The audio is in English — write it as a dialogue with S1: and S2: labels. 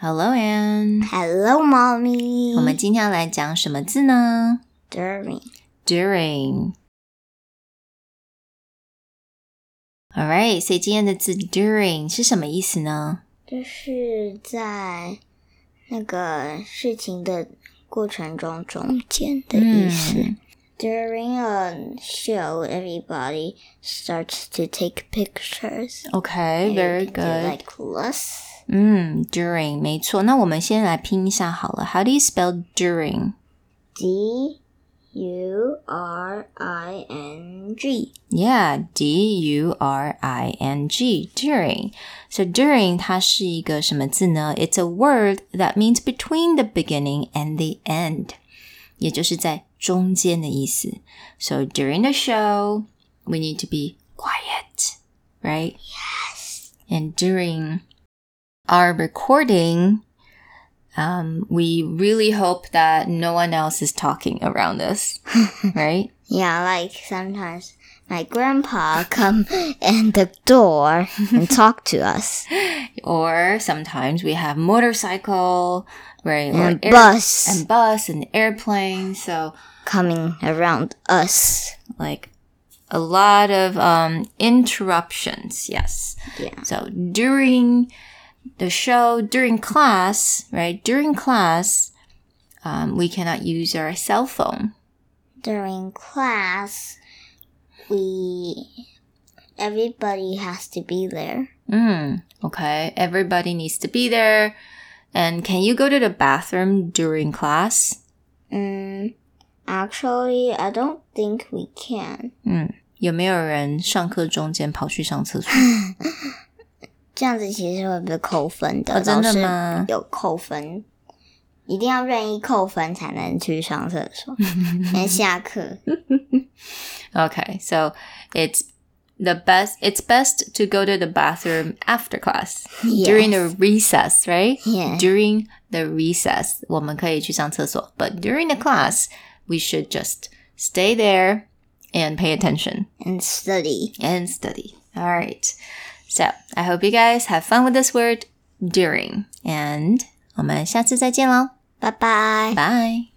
S1: Hello, Anne。
S2: Hello, mommy.
S1: 我们今天要来讲什么字呢
S2: during
S1: ？During。All right，所以今天的字 during 是什么意思呢？
S2: 就是在那个事情的过程中中间的意思。
S1: 嗯
S2: During a show, everybody starts to take pictures.
S1: ，OK，very
S2: And
S1: good。
S2: Like us.
S1: 嗯，during 没错。那我们先来拼一下好了。How do you spell during？
S2: D U R I N G.
S1: Yeah, D U R I N G, during. So during 它是一个什么字呢？It's a word that means between the beginning and the end，也就是在中间的意思。So during the show, we need to be quiet, right? Yes. And during our recording, um, we really hope that no one else is talking around us, right?
S2: Yeah, like sometimes my grandpa come in the door and talk to us.
S1: or sometimes we have motorcycle, right? or
S2: And bus.
S1: and bus and airplane. So
S2: coming around us.
S1: like a lot of um, interruptions. Yes.
S2: Yeah.
S1: So during the show, during class, right? During class, um, we cannot use our cell phone.
S2: During class, we everybody has to be there.
S1: Mm, okay. Everybody needs to be there. And can you go to the bathroom during class?
S2: Mm, actually, I don't think we can.
S1: 有没有人上课中间跑去上厕所？
S2: 这样子其实会被扣分的，
S1: 哦真的
S2: 老师
S1: 吗
S2: 有扣分，一定要任意扣分才能去上厕所，能下课。
S1: Okay, so it's the best. It's best to go to the bathroom after class during the recess, right?
S2: Yes.
S1: During the recess, 我们可以去上厕所. But during the class, we should just stay there and pay attention
S2: And study.
S1: and study. All right. So I hope you guys have fun with this word during, and 我们下次再见喽.
S2: 拜拜。
S1: Bye.